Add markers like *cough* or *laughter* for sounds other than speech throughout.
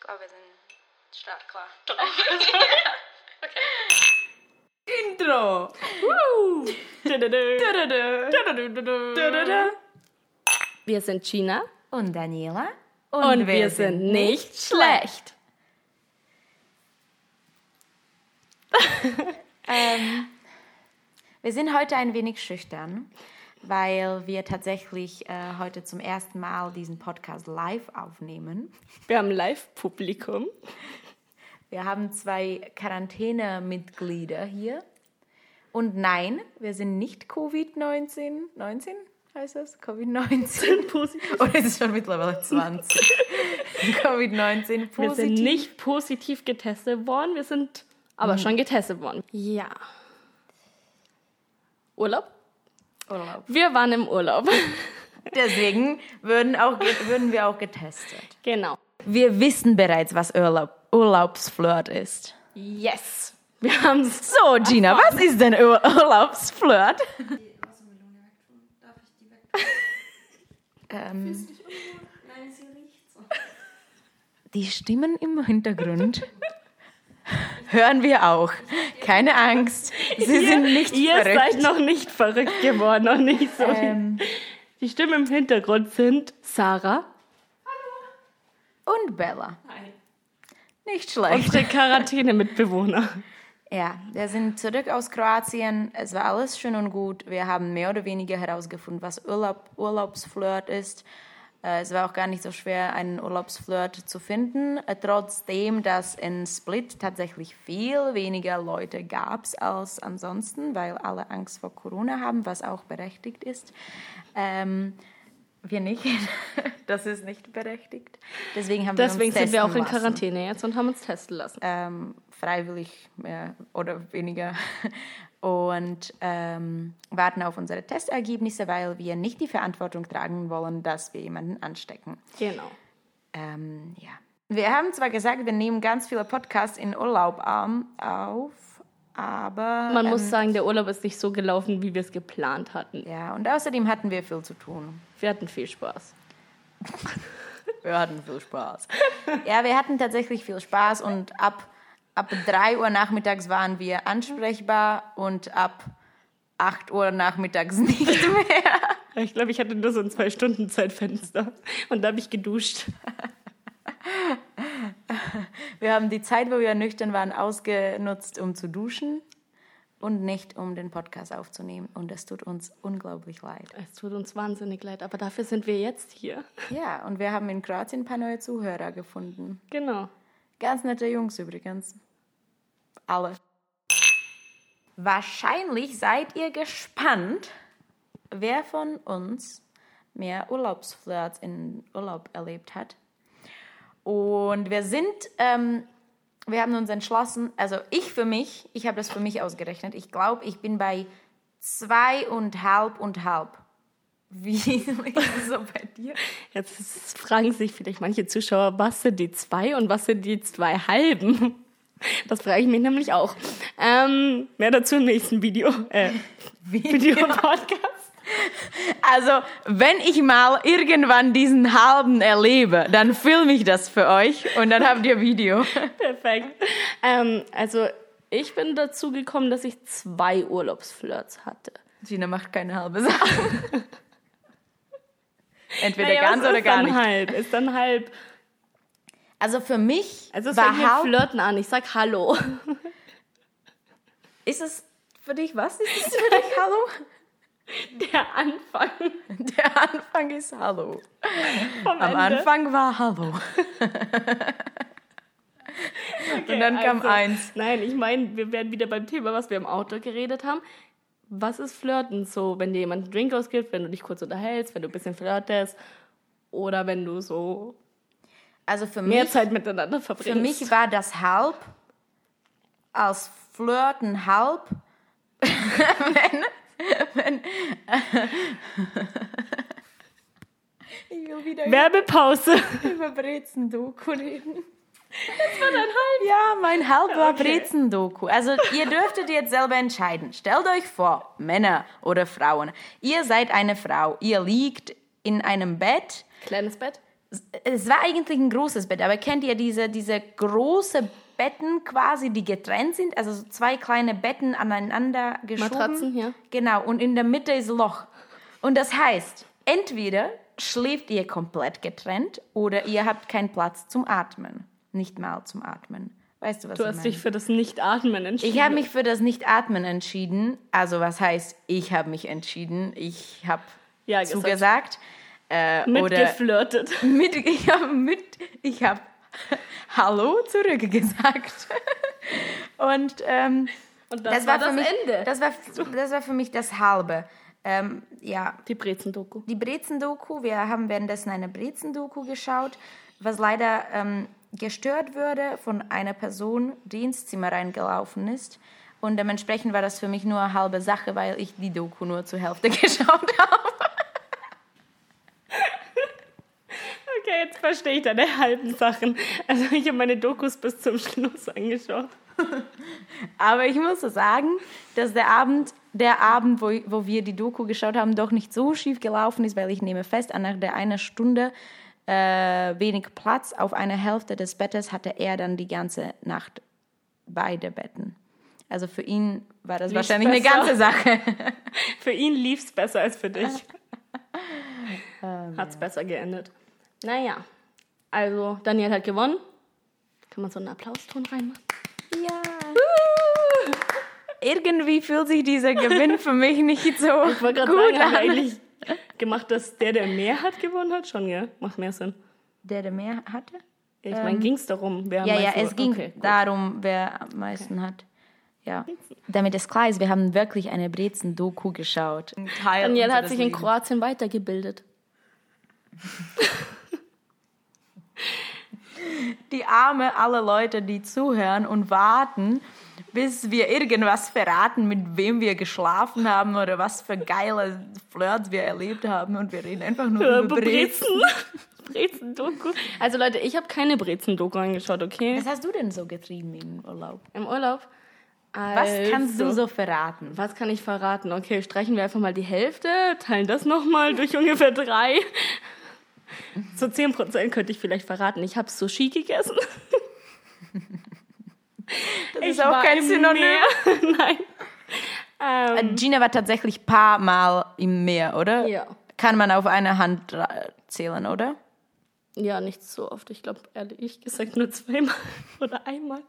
glaube, wir sind stark klar. Okay. Genau. Intro! Wir sind China Und Daniela? und, wir sind nicht schlecht. *laughs* Ähm, wir sind heute ein wenig schüchtern, weil wir tatsächlich äh, heute zum ersten Mal diesen Podcast live aufnehmen. Wir haben Live-Publikum. Wir haben zwei Quarantäne-Mitglieder hier. Und nein, wir sind nicht Covid-19. 19 heißt das? Covid-19. Positiv. Oder ist es schon mittlerweile 20? *laughs* Covid-19 positiv. Mhm. Wir sind nicht positiv getestet worden, wir sind aber schon getestet worden. Ja. Urlaub? Urlaub. Wir waren im Urlaub. Deswegen würden, auch, ge- würden wir auch getestet. genau. Wir wissen bereits, was Urlaub, Urlaubsflirt ist. Yes. Wir haben es. So, Gina, was ist denn Ur *laughs* Urlaubsflirt? ähm, Nein, sie riecht so. die Stimmen im Hintergrund hören wir auch. Keine Angst, sie sind nicht Ihr seid verrückt. noch nicht verrückt geworden, noch nicht so. Ähm, Die Stimmen im Hintergrund sind Sarah, und Bella. Nicht *laughs* schlecht. unsere Quarantäne-Mitbewohner. Ja, wir sind zurück aus Kroatien. Es war alles schön und gut. Wir haben mehr oder weniger herausgefunden, was Urlaub, Urlaubsflirt ist. Äh, Es war auch gar nicht so schwer, einen Urlaubsflirt zu finden. Äh, Trotzdem, dass in Split tatsächlich viel weniger Leute gab als ansonsten, weil alle Angst vor Corona haben, was auch berechtigt ist. Ähm, wir nicht. *laughs* Das ist nicht berechtigt. Deswegen haben Deswegen wir uns sind wir auch testen in lassen Quarantäne jetzt und haben uns testen lassen. ähm, freiwillig mehr oder weniger *laughs* und ähm, warten auf unsere Testergebnisse, weil wir nicht die Verantwortung tragen wollen, dass wir jemanden anstecken. Genau. Ähm, ja. Wir haben zwar gesagt, wir nehmen ganz viele Podcasts in Urlaub ähm, auf, aber Man ähm, muss sagen, der Urlaub ist nicht so gelaufen, wie wir es geplant hatten. ja und außerdem hatten wir viel zu tun. Wir hatten viel Spaß. Wir hatten viel Spaß. *laughs* ja, wir hatten tatsächlich viel Spaß und ab, ab 3 Uhr nachmittags waren wir ansprechbar und ab 8 Uhr nachmittags *laughs* nicht mehr. Ich glaube, ich hatte nur so ein zwei Stunden Zeitfenster und da habe ich geduscht. Wir haben die Zeit, wo wir nüchtern waren, ausgenutzt, um zu duschen und nicht um den Podcast aufzunehmen. Und das tut uns unglaublich leid. Es tut uns wahnsinnig leid, aber dafür sind wir jetzt hier. Ja, und wir haben in Kroatien ein paar neue Zuhörer gefunden. Genau. Ganz nette Jungs übrigens. Alle. Wahrscheinlich seid ihr gespannt, wer von uns mehr Urlaubsflirts in Urlaub erlebt hat. Und wir sind, ähm, wir haben uns entschlossen, also ich für mich, ich habe das für mich ausgerechnet, ich glaube, ich bin bei zwei und halb und halb. Wie *laughs* ist es so bei dir? Jetzt ist- fragen sich vielleicht manche Zuschauer, was sind die zwei und was sind die zwei halben? Das frage ich mich nämlich auch. Ähm, mehr dazu im nächsten Video. Äh, Video-Podcast. Also, wenn ich mal irgendwann diesen halben erlebe, dann filme ich das für euch und dann habt ihr Video. Perfekt. Ähm, also ich bin dazu gekommen, dass ich zwei Urlaubsflirts hatte. *laughs* Gina macht keine halbe Sache. *laughs* Entweder Naja, ganz es oder ist gar dann nicht. Halb, ist dann halb. Also für mich Also es war fängt mit halb. Flirten an. Ich sag Hallo. Ist es für dich was? Ist es für dich Hallo? Der Anfang *laughs* Der Anfang ist Hallo. vom Am Ende. Anfang war Hallo. *laughs* und dann kam also, eins. Nein, ich meine, wir werden wieder beim Thema, was wir im Auto geredet haben. Was ist Flirten so, wenn dir jemand einen Drink ausgibt, wenn du dich kurz unterhältst, wenn du ein bisschen flirtest oder wenn du so Also für mehr mich, Zeit miteinander verbringst? für mich war das halb als Flirten *laughs* halb Werbepause. über Brezen-Doku reden. Das war dein Halb. Ja, mein Halb war Brezen-Doku. Also ihr dürftet jetzt selber entscheiden. Stellt euch vor, Männer oder Frauen. Ihr seid eine Frau. Ihr liegt in einem Bett Kleines Bett. es war eigentlich ein großes Bett, aber kennt ihr diese, diese große Betten quasi, die getrennt sind? Also so zwei kleine Betten aneinander geschoben. Matratzen, ja. Genau, und in der Mitte ist ein Loch. Und das heißt, entweder schläft ihr komplett getrennt oder ihr habt keinen Platz zum Atmen. Nicht mal zum Atmen. Weißt du, was Du ich hast meine? dich für das Nicht-Atmen entschieden. Ich habe mich für das Nicht-Atmen entschieden. Also was heißt, ich habe mich entschieden. Ich habe Ja, gesagt. zugesagt. Äh, oder mitgeflirtet. mit, ich habe mit, ich habe *laughs* Hallo zurückgesagt. *laughs* Und ähm, Und das, war, für mich, Das war, das war für mich das Halbe. Ähm, ja, die Brezen-Doku. die Brezen-Doku. Wir haben währenddessen eine Brezen-Doku geschaut, was leider ähm, gestört würde von einer Person, die ins Zimmer reingelaufen ist. Und dementsprechend war das für mich nur eine halbe Sache, weil ich die Doku nur zur Hälfte *laughs* geschaut habe. Okay, jetzt verstehe ich deine halben Sachen. Also ich habe meine Dokus bis zum Schluss angeschaut. Aber ich muss sagen, dass der Abend, der Abend, wo, wo wir die Doku geschaut haben, doch nicht so schief gelaufen ist, weil ich nehme fest, an nach der einer Stunde äh, wenig Platz auf einer Hälfte des Bettes hatte er dann die ganze Nacht beide Betten. Also für ihn war das Lief wahrscheinlich eine besser. ganze *laughs* Sache. Für ihn lief es besser als *laughs* für dich. Ähm. Hat es besser geendet. Naja, also Daniel hat gewonnen. Kann man so einen Applauston reinmachen? Ja. Irgendwie fühlt sich dieser Gewinn für mich nicht so Ich wollte gerade gut sagen, haben an. wir eigentlich gemacht, dass der, der mehr hat, gewonnen hat, schon, ja? Macht mehr Sinn. Der, der mehr hatte? Ich meine, ging es darum, wer am Ähm. Ja, ja, meisten- es ging Okay, gut. darum, wer am meisten hat. Ja. Damit es klar ist, wir haben wirklich eine Brezen-Doku geschaut. Daniel hat sich in Kroatien weitergebildet. Die Arme aller Leute, die zuhören und warten, bis wir irgendwas verraten, mit wem wir geschlafen haben oder was für geile Flirts wir erlebt haben. Und wir reden einfach nur über Brezen. Äh, Brezen. *laughs* Brezen-Doku. Also Leute, ich habe keine Brezen-Doku angeschaut, okay? Was hast du denn so getrieben im Urlaub? Im Urlaub. Was Also- kannst du so verraten? Was kann ich verraten? Okay, streichen wir einfach mal die Hälfte, teilen das nochmal durch ungefähr drei. So 10% könnte ich vielleicht verraten. Ich habe Sushi gegessen. Das ist auch kein Synonym. Nein. Ähm, Äh, Gina war tatsächlich ein paar Mal im Meer, oder? Ja. Kann man auf einer Hand äh, zählen, oder? ja, nicht so oft. Ich glaube, ehrlich gesagt, nur zweimal *laughs* *laughs* oder einmal.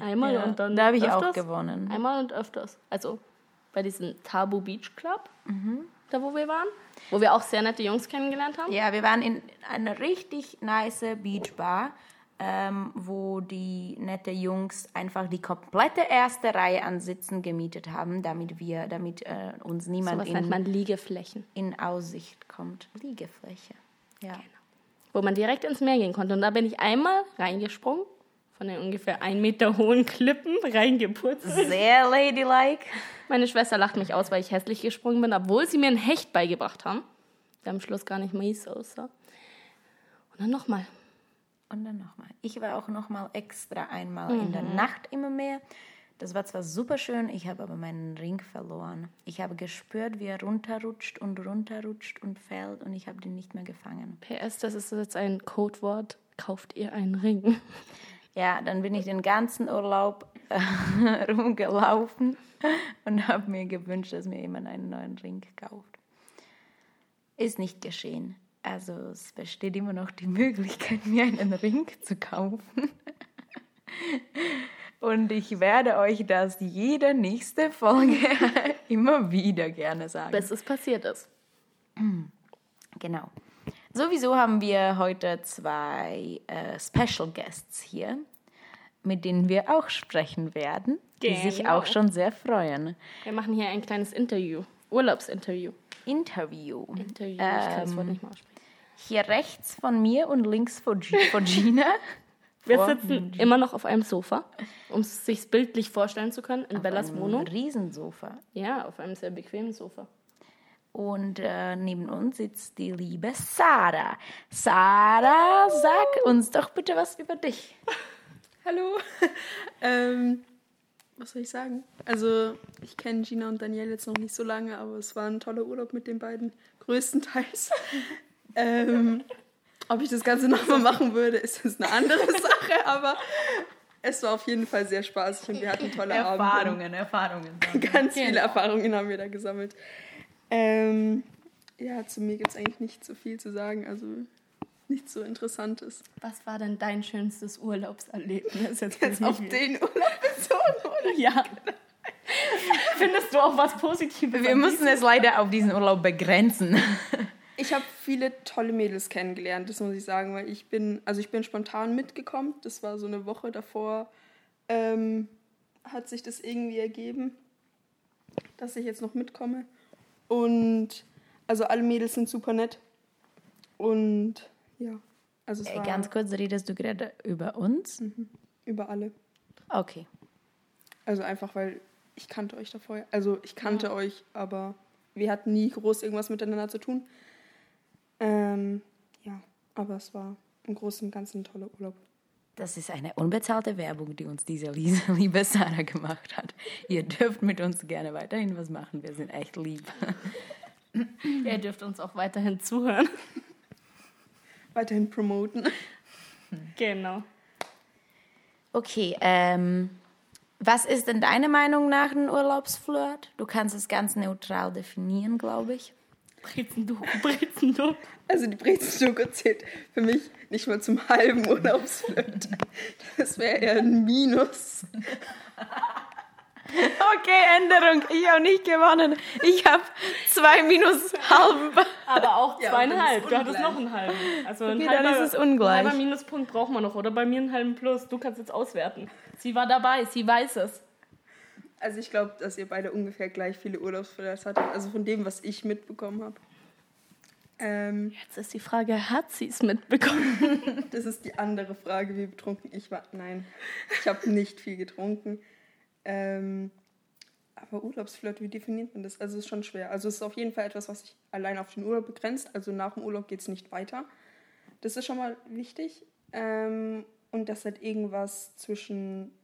Einmal Ja, und dann. da habe ich öfters. auch gewonnen. Einmal und öfters. Also bei diesem Tabu Beach Club, da wo wir waren, wo wir auch sehr nette Jungs kennengelernt haben. Ja, wir waren in einer richtig nice Beachbar, ähm, wo die nette Jungs einfach die komplette erste Reihe an Sitzen gemietet haben, damit wir, damit äh, uns niemand Was nennt in, man Liegeflächen? in Aussicht kommt. Liegefläche. Ja. wo man direkt ins Meer gehen konnte. Und da bin ich einmal reingesprungen, von den ungefähr einen Meter hohen Klippen reingeputzt. Sehr ladylike. Meine Schwester lacht mich aus, weil ich hässlich gesprungen bin, obwohl sie mir einen Hecht beigebracht haben, der am Schluss gar nicht mies aussah. Und dann nochmal. Und dann nochmal. Ich war auch nochmal extra einmal in der Nacht immer mehr. Das war zwar super schön, ich habe aber meinen Ring verloren. Ich habe gespürt, wie er runterrutscht und runterrutscht und fällt und ich habe den nicht mehr gefangen. PS, das ist jetzt ein Codewort. Kauft ihr einen Ring? *laughs* Ja, dann bin ich den ganzen Urlaub äh, *laughs* rumgelaufen und habe mir gewünscht, dass mir jemand einen neuen Ring kauft. Ist nicht geschehen. Also es besteht immer noch die Möglichkeit, mir einen Ring zu kaufen. *laughs* Und ich werde euch das jede nächste Folge *laughs* immer wieder gerne sagen. Bis es passiert ist. Genau. Sowieso haben wir heute zwei äh, Special Guests hier, mit denen wir auch sprechen werden, die sich Genau. auch schon sehr freuen. Wir machen hier ein kleines Interview. Urlaubsinterview. Ähm, Interview. Interview. Ich kann das Wort nicht mal aussprechen. Hier rechts von mir und links von, G von *laughs* Gina. Wir vor- sitzen immer noch auf einem Sofa, um es sich bildlich vorstellen zu können, in Bellas Wohnung. Ein Riesensofa. Ja, auf einem sehr bequemen Sofa. Und äh, neben uns sitzt die liebe Sarah. Sarah, sag uns doch bitte was über dich. Hallo. *laughs* ähm, was soll ich sagen? Also, ich kenne Gina und Daniel jetzt noch nicht so lange, aber es war ein toller Urlaub mit den beiden, größtenteils. *laughs* ähm, Ob ich das Ganze nochmal machen würde, ist jetzt eine andere *laughs* Sache, aber es war auf jeden Fall sehr spaßig und wir hatten tolle Abende. Erfahrungen, Erfahrungen. sammeln. Ganz viele Erfahrungen haben wir da gesammelt. Ähm, ja, zu mir gibt es eigentlich nicht so viel zu sagen, also nichts so Interessantes. Was war denn dein schönstes Urlaubserlebnis? Jetzt, Jetzt auf dich. den Urlaub bezogen. Ja. Findest du auch was Positives? Wir an müssen es leider auf diesen Urlaub begrenzen. Ich habe viele tolle Mädels kennengelernt, das muss ich sagen, weil ich bin, also ich bin spontan mitgekommen. Das war so eine Woche davor, ähm, hat sich das irgendwie ergeben, dass ich jetzt noch mitkomme. Und also alle Mädels sind super nett. Und ja, also es war Äh, Ganz kurz, redest du gerade über uns? über alle. Okay. Also einfach, weil ich kannte euch davor. Also ich kannte euch, aber wir hatten nie groß irgendwas miteinander zu tun. Ähm, ja, aber es war im Großen und Ganzen ein toller Urlaub. Das ist eine unbezahlte Werbung, die uns diese Lisa, *laughs* liebe Sarah gemacht hat. Ihr dürft mit uns gerne weiterhin was machen. Wir sind echt lieb. Ihr dürft uns auch weiterhin zuhören. Weiterhin promoten. *laughs* Genau. Okay, ähm, was ist denn deine Meinung nach ein Urlaubsflirt? Du kannst es ganz neutral definieren, glaube ich. Brezenduch, Brezenduch. Also die Brezenschoko zählt für mich nicht mal zum halben Urlaubsflirt. *laughs* Das wäre eher ein Minus. Okay, Änderung. Ich habe nicht gewonnen. Ich habe zwei minus halben. Aber auch Ja, zweieinhalb. Du und dann hattest ist noch einen halben. Also ein Okay, dann halber, ist es ungleich. Ein halber Minuspunkt braucht man noch, oder? Bei mir einen halben Plus. Du kannst jetzt auswerten. Sie war dabei, sie weiß es. Also ich glaube, dass ihr beide ungefähr gleich viele Urlaubsflirts hattet. Also von dem, was ich mitbekommen habe. Ähm, Jetzt ist die Frage, hat sie es mitbekommen? Das ist die andere Frage, wie betrunken ich war. Nein, ich habe nicht viel getrunken. Ähm, aber Urlaubsflirt, wie definiert man das? Also es ist schon schwer. Also es ist auf jeden Fall etwas, was sich allein auf den Urlaub begrenzt. Also nach dem Urlaub geht es nicht weiter. Das ist schon mal wichtig. Ähm, und das hat irgendwas zwischen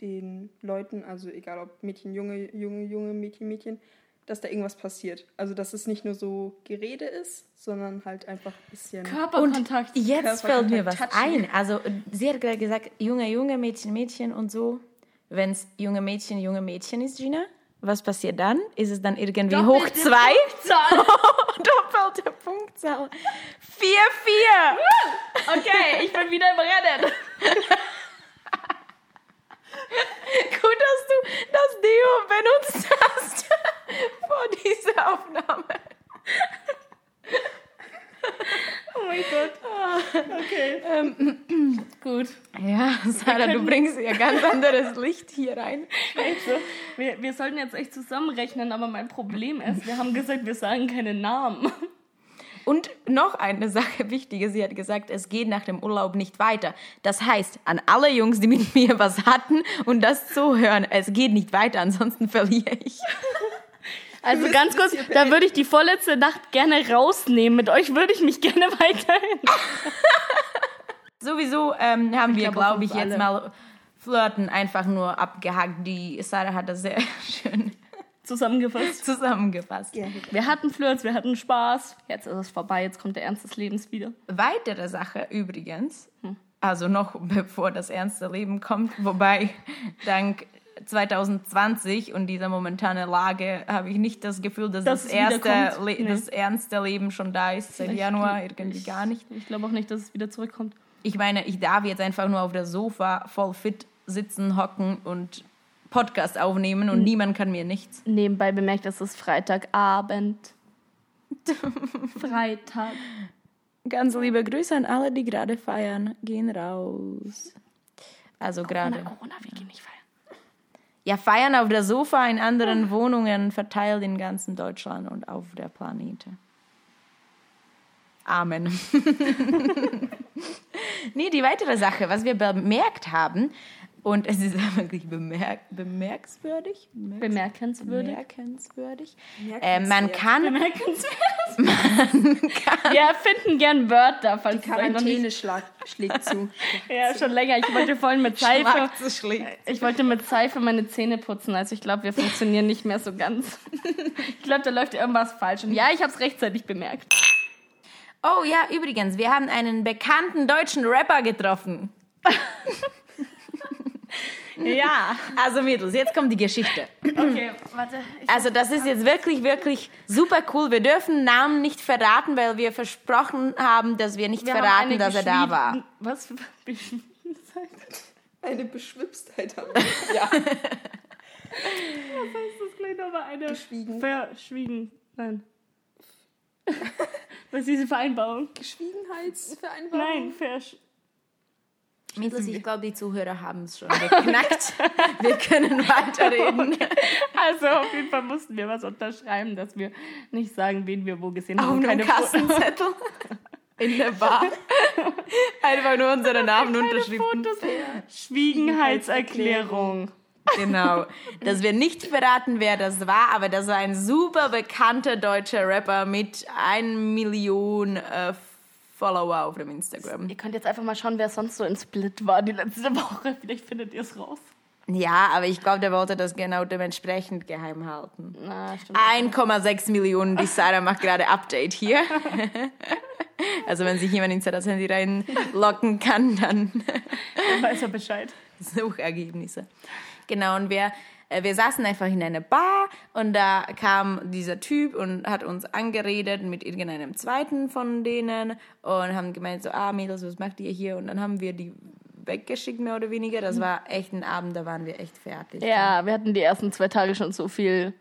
den Leuten, also egal ob Mädchen, Junge, Junge, Junge, Mädchen, Mädchen, dass da irgendwas passiert. Also dass es nicht nur so Gerede ist, sondern halt einfach ein bisschen... Körperkontakt. Jetzt fällt mir was Touchen. ein. Also, sie hat gerade gesagt, junge, junge, Mädchen, Mädchen und so. Wenn es junge Mädchen, junge Mädchen ist, Gina, was passiert dann? Ist es dann irgendwie hoch Doppelte zwei? *laughs* Zahl. Doppelte Punktzahl. Vier, vier. Okay, ich bin wieder im Rennen. Gut, dass du das Deo benutzt hast *laughs* vor dieser Aufnahme. *laughs* Oh mein Gott. Okay. *clears throat* Gut. Ja, Sarah, du bringst ja ganz anderes Licht hier rein. Also, wir, wir sollten jetzt echt zusammenrechnen, aber mein Problem ist, wir haben gesagt, wir sagen keine Namen. Und noch eine Sache *laughs* wichtige, sie hat gesagt, es geht nach dem Urlaub nicht weiter. Das heißt, an alle Jungs, die mit *laughs* mir was hatten und das zuhören, es geht nicht weiter, ansonsten *laughs* verliere ich. Also ganz kurz, da würde ich die vorletzte Nacht gerne rausnehmen. Mit euch würde ich mich gerne *laughs* weiterhin. Sowieso ähm, haben wir, glaube, glaube ich, fünf jetzt mal Flirten einfach nur abgehakt. Die Sarah hat das sehr *laughs* schön Zusammengefasst. zusammengefasst. Wir hatten Flirts, wir hatten Spaß. Jetzt ist es vorbei, jetzt kommt der Ernst des Lebens wieder. Weitere Sache übrigens, also noch *laughs* bevor das ernste Leben kommt, wobei dank 2020 und dieser momentane Lage habe ich nicht das Gefühl, dass Dass das, es wieder erste kommt. Le Nee. das ernste Leben schon da ist, seit Januar irgendwie Ich- gar nicht. Ich glaube auch nicht, dass es wieder zurückkommt. Ich meine, ich darf jetzt einfach nur auf der Sofa voll fit sitzen, hocken und Podcast aufnehmen und niemand kann mir nichts. Nebenbei bemerkt, es *laughs* ist Freitagabend. Freitag. Ganz liebe Grüße an alle, die gerade feiern. Gehen raus. Also gerade. Corona, wir gehen nicht feiern. Ja, feiern auf der Sofa in Ah. anderen Wohnungen, verteilt in ganzen Deutschland und auf der Planete. *laughs* Amen. nee, die weitere Sache, was wir bemerkt haben, und es ist wirklich bemerk bemerkswürdig, bemerk- Bemerkenswürdig. bemerkenswürdig, äh, man kann, *laughs* Bemerkenswert. Wir erfinden gern Wörter, falls es euch noch nicht. Quarantäne schlag- *laughs* schlägt zu. Ja, schon länger. Ich wollte vorhin mit Seife. Schlag zu schlägt. Ich wollte mit Seife meine Zähne putzen. Also ich glaube, wir funktionieren nicht mehr *laughs* so ganz. Ich glaube, da läuft irgendwas falsch. Und ja, ich habe es rechtzeitig bemerkt. Oh ja, übrigens, wir haben einen bekannten deutschen Rapper getroffen. *laughs* Ja. Also Mädels, jetzt kommt die Geschichte. Okay, warte. Ich Äh, Also das ist jetzt wirklich, wirklich super cool. Wir dürfen Namen nicht verraten, weil wir versprochen haben, dass wir nicht Wir haben verraten, eine dass er da war. geschwiegen- Was? *laughs* für- Beschwiegenheit? Eine Beschwipstheit *laughs* haben wir. Ja. Das klingt aber eine... Geschwiegen. Verschwiegen. Nein. *laughs* Was ist diese Vereinbarung? Geschwiegenheitsvereinbarung. Nein, versch... Mädels, also ich glaube, die Zuhörer haben es schon *laughs* geknackt. wir können *laughs* weiterreden. Also auf jeden Fall mussten wir was unterschreiben, dass wir nicht sagen, wen wir wo gesehen Auf haben. einem Keine Fo- Kassenzettel. In der Bar. *laughs* Einfach nur unsere Namen unterschrieben. Fotos. Schwiegenheitserklärung. Genau. Dass wir nicht verraten, wer das war, aber das war ein super bekannter deutscher Rapper mit 1 Million äh, Follower auf dem Instagram. Ihr könnt jetzt einfach mal schauen, wer sonst so in Split war die letzte *laughs* Woche. Vielleicht findet ihr es raus. Ja, aber ich glaube, der wollte das genau dementsprechend geheim halten. Na, stimmt. 1,6 Millionen, die Sarah macht gerade Update hier. *laughs* Also wenn sich jemand in Sarahs Handy reinlocken kann, dann *laughs* Dann weiß er Bescheid. Suchergebnisse. Genau, und wir, äh, wir saßen einfach in einer Bar und da kam dieser Typ und hat uns angeredet mit irgendeinem zweiten von denen und haben gemeint so, ah Mädels, was macht ihr hier? Und dann haben wir die weggeschickt, mehr oder weniger. Das war echt ein Abend, da waren wir echt fertig. Mhm. Ja, wir hatten die ersten zwei Tage schon so viel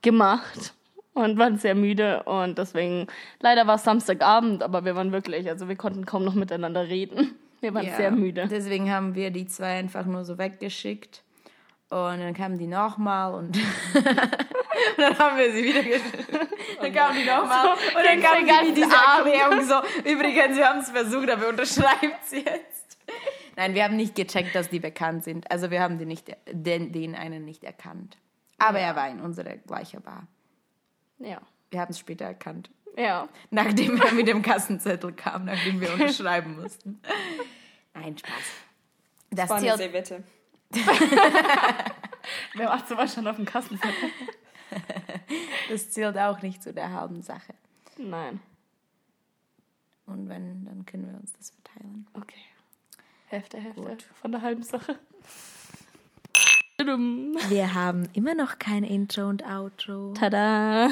gemacht und waren sehr müde und deswegen, leider war es Samstagabend, aber wir waren wirklich, also wir konnten kaum noch miteinander reden. Wir waren Ja. sehr müde. Deswegen haben wir die zwei einfach nur so weggeschickt. Und dann kamen die nochmal und, *laughs* und dann haben wir sie wieder geschickt. Dann kamen die nochmal und dann ging's kam den die ganzen mit dieser Abend. Erklärung so, übrigens, wir haben es versucht, aber unterschreibt sie jetzt. Nein, wir haben nicht gecheckt, dass die bekannt sind. Also wir haben die nicht, den, den einen nicht erkannt. Aber er war in unserer gleichen Bar. Ja. Wir haben es später erkannt. Ja. Nachdem er mit dem Kassenzettel kam, nachdem wir unterschreiben mussten. Nein, Spaß. Das Das war zählt- eine Servette. Wer macht sowas schon auf dem Kassenzettel? Das zählt auch nicht zu der halben Sache. Nein. Und wenn, dann können wir uns das verteilen. Okay. Hälfte, Hälfte Gut. von der halben Sache. Wir haben immer noch kein Intro und Outro. Tada!